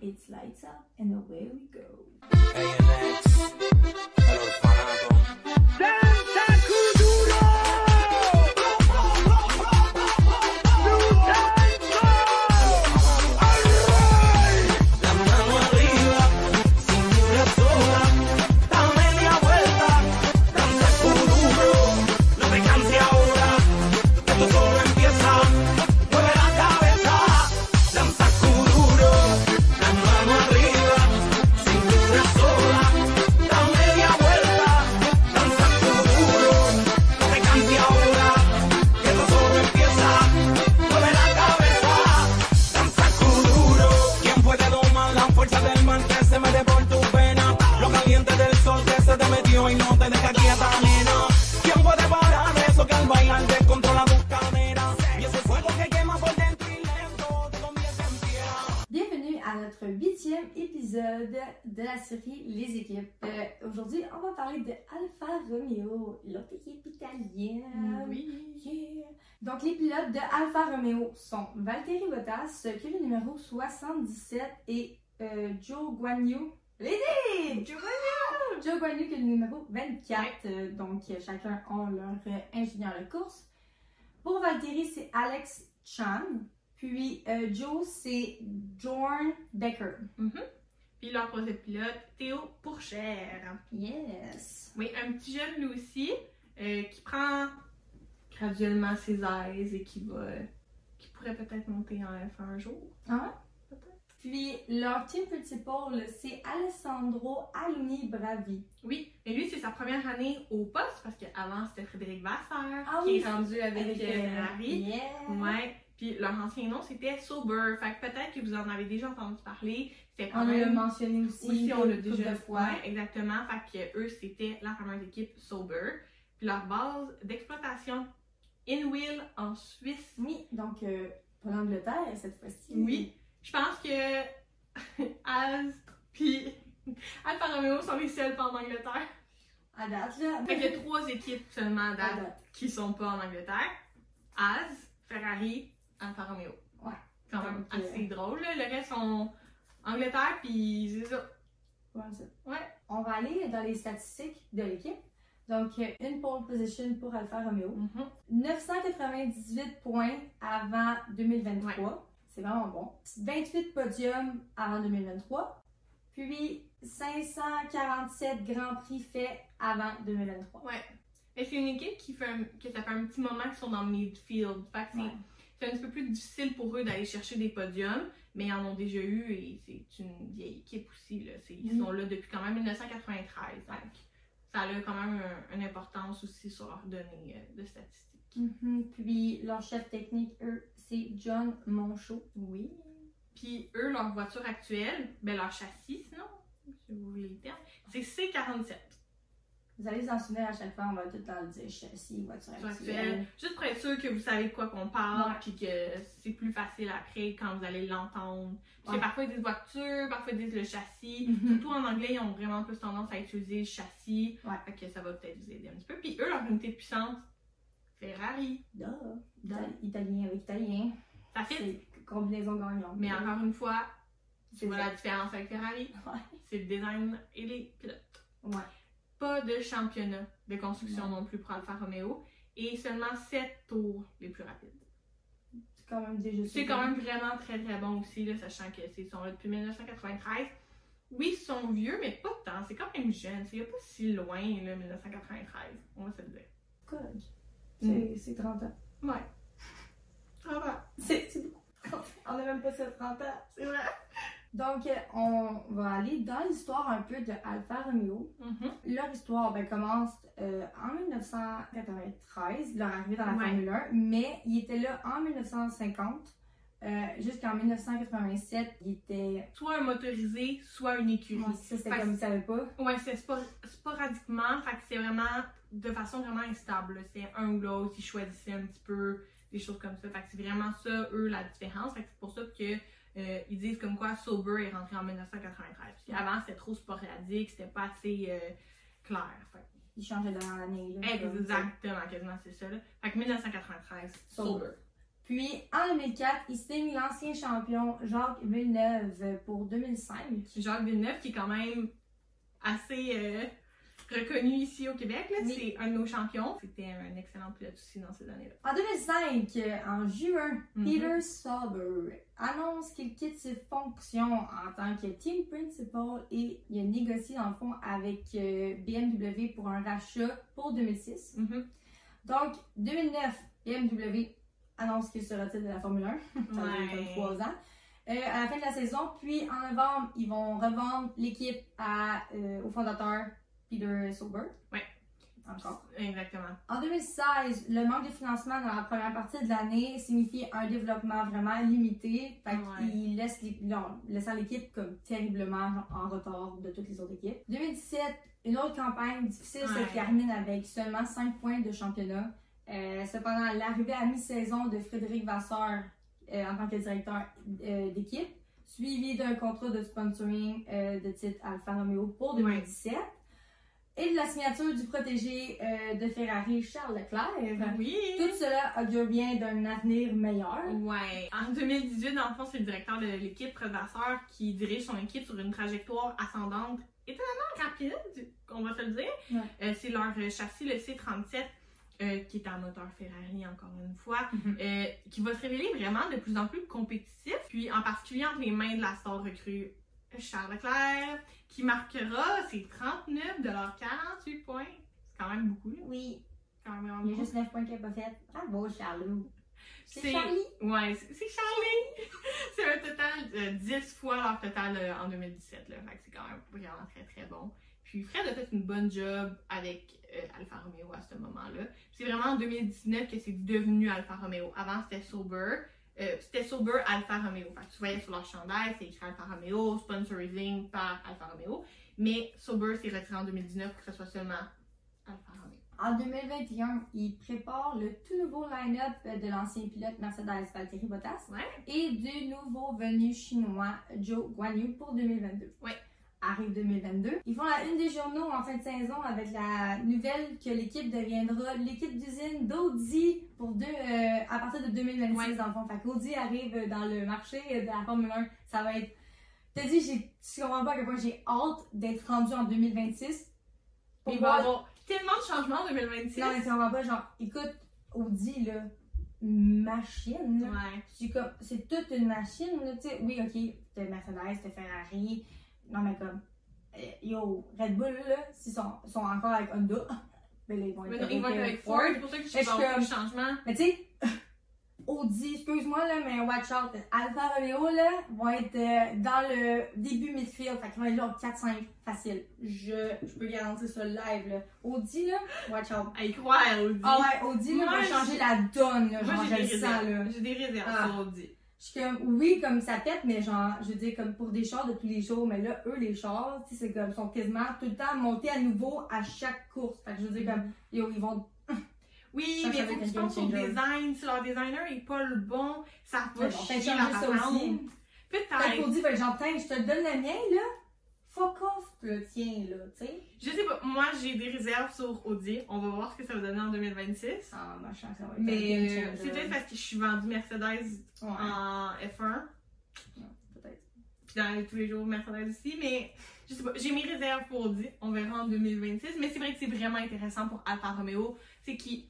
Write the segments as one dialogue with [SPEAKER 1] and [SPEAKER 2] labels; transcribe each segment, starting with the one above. [SPEAKER 1] It's lights up and away we go.
[SPEAKER 2] AMX, all'orfanato. ¿Quién puede domar la fuerza del mal que se mete por tu pena? Lo caliente del sol que se te metió y no te deja quieta, nena. ¿Quién puede parar eso que al bailar descontrola tus caderas? Y ese fuego que quema por dentro y lento te convierte en piedra.
[SPEAKER 1] Bienvenue à notre huitième épisode de la série Les équipes. Euh, Aujourd'hui, on va parler de Alfa Romeo, l'autre équipe italienne.
[SPEAKER 3] Oui.
[SPEAKER 1] Yeah. Donc, les pilotes de Alfa Romeo sont Valtteri Bottas, qui est le numéro 77, et euh, Joe Guanyu. L'aider! Joe Guanyu! Joe Guanyu, qui est le numéro 24. Euh, Donc, euh, chacun a leur euh, ingénieur de course. Pour Valtteri, c'est Alex Chan. Puis, euh, Joe, c'est Jorn Becker.
[SPEAKER 3] Puis leur troisième pilote, Théo Pourchère.
[SPEAKER 1] Yes!
[SPEAKER 3] Oui, un petit jeune lui aussi, euh, qui prend graduellement ses aises et qui va. qui pourrait peut-être monter en F1 un jour.
[SPEAKER 1] Puis, leur team principal, c'est Alessandro Aluni Bravi.
[SPEAKER 3] Oui, mais lui, c'est sa première année au poste parce qu'avant, c'était Frédéric Vasseur
[SPEAKER 1] Ah
[SPEAKER 3] qui
[SPEAKER 1] oui.
[SPEAKER 3] est rendu avec,
[SPEAKER 1] Avec
[SPEAKER 3] euh,
[SPEAKER 1] euh,
[SPEAKER 3] Ferrari.
[SPEAKER 1] yeah.
[SPEAKER 3] Ouais. Puis leur ancien nom, c'était Sober. Fait que peut-être que vous en avez déjà entendu parler. C'était
[SPEAKER 1] On
[SPEAKER 3] quand
[SPEAKER 1] l'a
[SPEAKER 3] même
[SPEAKER 1] mentionné aussi,
[SPEAKER 3] Aussi, on l'a
[SPEAKER 1] une couple
[SPEAKER 3] déjà
[SPEAKER 1] de fois.
[SPEAKER 3] Ouais, exactement. Fait que eux, c'était la fameuse équipe Sober. Puis leur base d'exploitation, InWheel en Suisse.
[SPEAKER 1] Oui, donc euh, pour l'Angleterre cette fois-ci.
[SPEAKER 3] Oui. Je pense que Az puis Alfa Romeo sont les seuls pas en Angleterre.
[SPEAKER 1] À date, là.
[SPEAKER 3] Fait qu'il y a trois équipes seulement
[SPEAKER 1] À
[SPEAKER 3] d'Az
[SPEAKER 1] date.
[SPEAKER 3] qui sont pas en Angleterre. Az, Ferrari, Alfa Romeo.
[SPEAKER 1] Ouais.
[SPEAKER 3] Quand même
[SPEAKER 1] Donc, euh,
[SPEAKER 3] assez drôle. là. Le reste sont Angleterre puis c'est ça.
[SPEAKER 1] Ouais, c'est-
[SPEAKER 3] Ouais.
[SPEAKER 1] On va aller dans les statistiques de l'équipe. Donc, euh, une pole position pour Alfa Romeo.
[SPEAKER 3] Mhm.
[SPEAKER 1] 998 points avant 2023. C'est vraiment bon. 28 podiums avant 2023. Puis 547 Grands Prix faits avant 2023.
[SPEAKER 3] Ouais. Mais c'est une équipe qui fait un, que ça fait un petit moment qu'ils sont dans le midfield. Fait que c'est-
[SPEAKER 1] Ouais.
[SPEAKER 3] c'est un petit peu plus difficile pour eux d'aller chercher des podiums, mais ils en ont déjà eu et c'est une vieille équipe aussi. Là. C'est- Ils
[SPEAKER 1] Mhm.
[SPEAKER 3] sont là depuis quand même 1993. Donc ça a quand même un- une importance aussi sur leurs données euh, de statistiques.
[SPEAKER 1] Mhm. Puis leur chef technique, eux, c'est John Monchot.
[SPEAKER 3] Oui. Puis eux, leur voiture actuelle, ben leur châssis sinon, si vous voulez le terme, c'est C47.
[SPEAKER 1] Vous allez vous en souvenir à chaque fois, on va tout le temps le dire châssis, voiture
[SPEAKER 3] Voiture
[SPEAKER 1] actuelle.
[SPEAKER 3] actuelle. euh, Juste pour être sûr que vous savez de quoi qu'on parle,
[SPEAKER 1] Ouais.
[SPEAKER 3] puis que c'est plus facile après quand vous allez l'entendre. Parce
[SPEAKER 1] Ouais.
[SPEAKER 3] que parfois ils disent voiture, parfois ils disent le châssis.
[SPEAKER 1] Mhm.
[SPEAKER 3] Surtout en anglais, ils ont vraiment plus tendance à utiliser le châssis.
[SPEAKER 1] Ouais.
[SPEAKER 3] Fait que ça va peut-être vous aider un petit peu. Puis eux, leur unité de puissance, Ferrari.
[SPEAKER 1] Duh. Itali- Italien avec italien.
[SPEAKER 3] Ça fait.
[SPEAKER 1] C'est combinaison gagnante.
[SPEAKER 3] Mais encore une fois,
[SPEAKER 1] c'est
[SPEAKER 3] c'est
[SPEAKER 1] vrai.
[SPEAKER 3] la différence avec Ferrari.
[SPEAKER 1] Ouais.
[SPEAKER 3] C'est le design et les pilotes.
[SPEAKER 1] Ouais.
[SPEAKER 3] Pas de championnat de construction non plus pour Alfa Romeo. Et seulement 7 tours les plus rapides.
[SPEAKER 1] C'est quand même déjà
[SPEAKER 3] C'est quand même vraiment très très bon aussi, là, sachant que c'est- ils sont là depuis 1993. Oui, ils sont vieux, mais pas tant. C'est quand même jeune. C'est pas si loin, là, 1993. On va se le dire. Mm.
[SPEAKER 1] Code. C'est c'est 30 ans.
[SPEAKER 3] Ouais. Ça va.
[SPEAKER 1] C'est c'est beaucoup. on n'a même pas ça 30 ans.
[SPEAKER 3] C'est vrai.
[SPEAKER 1] Donc, euh, on va aller dans l'histoire un peu de Alfa Romeo.
[SPEAKER 3] Mhm.
[SPEAKER 1] Leur histoire ben, commence euh, en 1993, leur arrivée dans la
[SPEAKER 3] Ouais.
[SPEAKER 1] Formule 1, mais ils étaient là en 1950 euh, jusqu'en 1987. Ils étaient.
[SPEAKER 3] Soit un motorisé, soit une écurie.
[SPEAKER 1] Moi, ça, c'était
[SPEAKER 3] Fait que-
[SPEAKER 1] comme ils savaient pas.
[SPEAKER 3] Ouais, c'est spor- sporadiquement, fait que c'est vraiment de façon vraiment instable. là. C'est un ou l'autre, ils choisissaient un petit peu des choses comme ça. Fait que c'est vraiment ça, eux, la différence. Fait que c'est pour ça que euh, ils disent comme quoi Sober est rentré en 1993. Puis avant, c'était trop sporadique, c'était pas assez euh, clair. Fait que-
[SPEAKER 1] Ils changeaient dans l'année. là, comme-
[SPEAKER 3] exactement, quasiment c'est ça. Là. Fait que 1993, Sober.
[SPEAKER 1] Sober. Puis en 2004, il signe l'ancien champion Jacques Villeneuve pour 2005.
[SPEAKER 3] Jacques Villeneuve, qui est quand même assez euh, reconnu ici au Québec, là.
[SPEAKER 1] Oui.
[SPEAKER 3] c'est un de nos champions. C'était un excellent pilote aussi dans ces années-là.
[SPEAKER 1] En 2005, euh, en juin,
[SPEAKER 3] Mhm.
[SPEAKER 1] Peter Sauber annonce qu'il quitte ses fonctions en tant que team principal et il a négocié dans le fond avec euh, BMW pour un rachat pour 2006.
[SPEAKER 3] Mhm.
[SPEAKER 1] Donc, 2009, BMW annonce qu'il se retire de la Formule 1. Ça
[SPEAKER 3] Ouais.
[SPEAKER 1] dure comme trois ans. Euh, à la fin de la saison, puis en novembre, ils vont revendre l'équipe à, euh, au fondateur Peter Sauber.
[SPEAKER 3] Ouais.
[SPEAKER 1] Encore.
[SPEAKER 3] Exactement.
[SPEAKER 1] En 2016, le manque de financement dans la première partie de l'année signifie un développement vraiment limité. Fait
[SPEAKER 3] Ouais.
[SPEAKER 1] qu'il laisse l'é- non, laissant l'équipe comme terriblement genre, en retard de toutes les autres équipes. 2017, une autre campagne difficile
[SPEAKER 3] Ouais.
[SPEAKER 1] se termine avec seulement 5 points de championnat. Euh, cependant, l'arrivée à mi-saison de Frédéric Vasseur euh, en tant que directeur euh, d'équipe, suivi d'un contrat de sponsoring euh, de titre Alfa Romeo pour
[SPEAKER 3] Ouais.
[SPEAKER 1] 2017 et de la signature du protégé euh, de Ferrari Charles Leclerc.
[SPEAKER 3] Oui!
[SPEAKER 1] Tout cela augure bien d'un avenir meilleur.
[SPEAKER 3] Ouais. En 2018, dans le fond, c'est le directeur de l'équipe, Prédateur, qui dirige son équipe sur une trajectoire ascendante étonnamment rapide, on va se le dire.
[SPEAKER 1] Ouais.
[SPEAKER 3] Euh, c'est leur euh, châssis, le C37, euh, qui est un moteur Ferrari, encore une fois,
[SPEAKER 1] Mhm.
[SPEAKER 3] euh, qui va se révéler vraiment de plus en plus compétitif, puis en particulier entre les mains de la star recrue Charles Leclerc, qui marquera ses 39 de leurs 48 points. C'est quand même beaucoup, là.
[SPEAKER 1] Oui,
[SPEAKER 3] C'est quand même vraiment
[SPEAKER 1] il y a
[SPEAKER 3] beaucoup.
[SPEAKER 1] juste 9 points qu'elle n'a pas fait. Bravo, Charlou. C'est
[SPEAKER 3] C'est-
[SPEAKER 1] Charlie.
[SPEAKER 3] Ouais, c'est c'est Charlie! c'est un total de 10 fois leur total euh, en 2017. Là. Fait que c'est quand même vraiment très très bon. Puis Fred a fait une bonne job avec euh, Alfa Romeo à ce moment-là. Puis C'est vraiment en 2019 que c'est devenu Alfa Romeo. Avant c'était Sauber. Euh, c'était Sauber Alfa Romeo. Fait que tu voyais sur leur chandail, c'est écrit Alfa Romeo, sponsorising par Alfa Romeo. Mais Sauber s'est retiré en 2019 pour que ce soit seulement Alfa Romeo.
[SPEAKER 1] En 2021, il prépare le tout nouveau line-up de l'ancien pilote Mercedes Valtteri Bottas
[SPEAKER 3] Ouais.
[SPEAKER 1] et du nouveau venu chinois Joe Guan Yu pour 2022.
[SPEAKER 3] Ouais.
[SPEAKER 1] Arrive 2022. Ils font la une des journaux en fin de saison avec la nouvelle que l'équipe deviendra l'équipe d'usine d'Audi pour deux, euh, à partir de 2026
[SPEAKER 3] Ouais.
[SPEAKER 1] dans le fond. Fait qu'Audi arrive dans le marché de la Formule 1. Ça va être. T'as dit, j'ai- tu comprends pas à quel point j'ai hâte d'être rendu en 2026. pour
[SPEAKER 3] Il va
[SPEAKER 1] voir
[SPEAKER 3] y avoir tellement de changements en 2026.
[SPEAKER 1] non, mais si on va pas, genre, écoute, Audi, là, machine, là.
[SPEAKER 3] Ouais.
[SPEAKER 1] C'est comme, c'est toute une machine, là, tu sais. Oui, ok, t'as Mercedes, t'as Ferrari. Non, mais comme, euh, yo, Red Bull, là, s'ils sont, sont encore avec Honda, ben là, ils vont être
[SPEAKER 3] Mais non, ils vont être avec Ford, c'est pour ça que je
[SPEAKER 1] Mais
[SPEAKER 3] suis
[SPEAKER 1] je
[SPEAKER 3] pas beaucoup
[SPEAKER 1] comme-
[SPEAKER 3] de changement.
[SPEAKER 1] Mais tu sais, Audi, excuse-moi, là, mais watch out, Alfa Romeo, là, vont être euh, dans le début midfield. Fait qu'ils vont être là au 4-5, facile. Je, je peux garantir ça live, là. Audi, là, watch out.
[SPEAKER 3] À y croire, Audi.
[SPEAKER 1] Ah ouais, Audi, là,
[SPEAKER 3] Moi,
[SPEAKER 1] va changer
[SPEAKER 3] j'ai-
[SPEAKER 1] la donne, là,
[SPEAKER 3] Moi,
[SPEAKER 1] genre,
[SPEAKER 3] j'ai
[SPEAKER 1] je
[SPEAKER 3] des
[SPEAKER 1] le sens, là.
[SPEAKER 3] réserves. J'ai des réserves
[SPEAKER 1] Ah.
[SPEAKER 3] sur Audi.
[SPEAKER 1] Je suis comme, oui, comme ça pète, mais genre, je veux dire, comme pour des chars de tous les jours, mais là, eux, les chars, tu sais, c'est comme, sont quasiment tout le temps montés à nouveau à chaque course. Fait que je veux dire, comme,
[SPEAKER 3] Mm-hmm.
[SPEAKER 1] yo, ils vont,
[SPEAKER 3] Oui,
[SPEAKER 1] Ça, ça
[SPEAKER 3] mais
[SPEAKER 1] va
[SPEAKER 3] faut
[SPEAKER 1] être
[SPEAKER 3] que
[SPEAKER 1] un
[SPEAKER 3] tu penses au
[SPEAKER 1] game changer.
[SPEAKER 3] design. Si leur designer est pas le bon, ça
[SPEAKER 1] ils vont
[SPEAKER 3] va
[SPEAKER 1] peut-être
[SPEAKER 3] chier la
[SPEAKER 1] changer ça aussi.
[SPEAKER 3] patente.
[SPEAKER 1] Fait
[SPEAKER 3] Peut-être.
[SPEAKER 1] qu'Audi va être ben, genre, Tiens, je te donne le mien, là. Fuck off, le tien, là, tu sais.
[SPEAKER 3] Je sais pas, moi, j'ai des réserves sur Audi. On va voir ce que ça va donner en 2026.
[SPEAKER 1] Ah, machin, ça va être un
[SPEAKER 3] Mais
[SPEAKER 1] game
[SPEAKER 3] euh,
[SPEAKER 1] changer.
[SPEAKER 3] c'est peut-être parce que je suis vendue Mercedes
[SPEAKER 1] Ouais,
[SPEAKER 3] en F1.
[SPEAKER 1] peut-être.
[SPEAKER 3] Puis dans les- tous les jours Mercedes aussi, mais je sais pas, j'ai mes réserves pour Audi, on verra en 2026, mais c'est vrai que c'est vraiment intéressant pour Alfa Romeo, c'est qui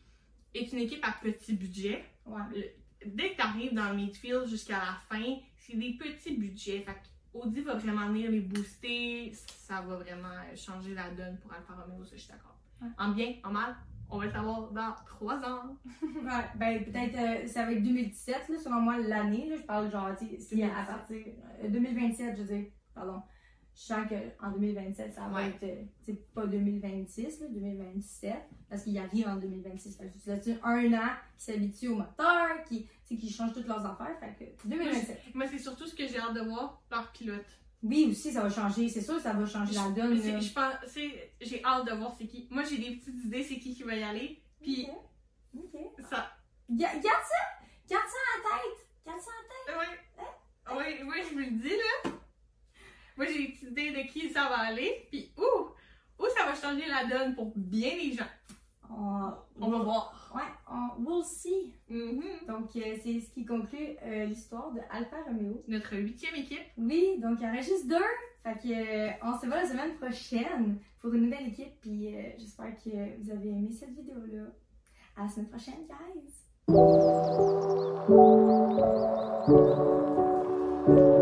[SPEAKER 3] est une équipe à petit budget.
[SPEAKER 1] Ouais.
[SPEAKER 3] Dès que tu arrives dans le midfield jusqu'à la fin, c'est des petits budgets, fait que Audi va vraiment venir les booster, ça va vraiment euh, changer la donne pour Alfa Romeo, ça je suis d'accord.
[SPEAKER 1] Ouais.
[SPEAKER 3] En bien, en mal, on va le savoir dans trois ans.
[SPEAKER 1] Ouais, ben peut-être euh, ça va être 2017, là, selon moi, l'année. là, Je parle genre, tu sais, si à
[SPEAKER 3] 2017.
[SPEAKER 1] partir. euh, 2027, je veux dire, pardon. Je sens qu'en 2027, ça va
[SPEAKER 3] Ouais.
[SPEAKER 1] être. euh, tu sais, pas 2026, là, 2027, parce qu'il arrive en 2026. Fait que c'est là-dessus un an qui s'habitue au moteur, qui, tu sais, qui change toutes leurs affaires. Fait que 2027.
[SPEAKER 3] Moi, c'est surtout ce que j'ai hâte de voir, leur pilote.
[SPEAKER 1] Oui, aussi, ça va changer. C'est sûr que ça va changer la donne.
[SPEAKER 3] Mais c'est-
[SPEAKER 1] là.
[SPEAKER 3] je pense, c'est- j'ai hâte de voir c'est qui. Moi, j'ai des petites idées c'est qui qui va y aller. Puis
[SPEAKER 1] Ok. Ok.
[SPEAKER 3] ça.
[SPEAKER 1] Ga- Garde ça! Garde ça en tête! Garde ça en
[SPEAKER 3] Ouais. Ouais, ouais, je vous le dis là. Moi, j'ai des petites idées de qui ça va aller. Puis où, où ça va changer la donne pour bien les gens.
[SPEAKER 1] tête! On,
[SPEAKER 3] On va voir.
[SPEAKER 1] Ouais, on will see.
[SPEAKER 3] Mhm.
[SPEAKER 1] Donc, euh, c'est ce qui conclut euh, l'histoire de Alfa Romeo.
[SPEAKER 3] Notre huitième équipe.
[SPEAKER 1] Oui, donc il en reste juste deux. Fait que, euh, on se voit la semaine prochaine pour une nouvelle équipe. Puis euh, j'espère que vous avez aimé cette vidéo-là. À la semaine prochaine, guys!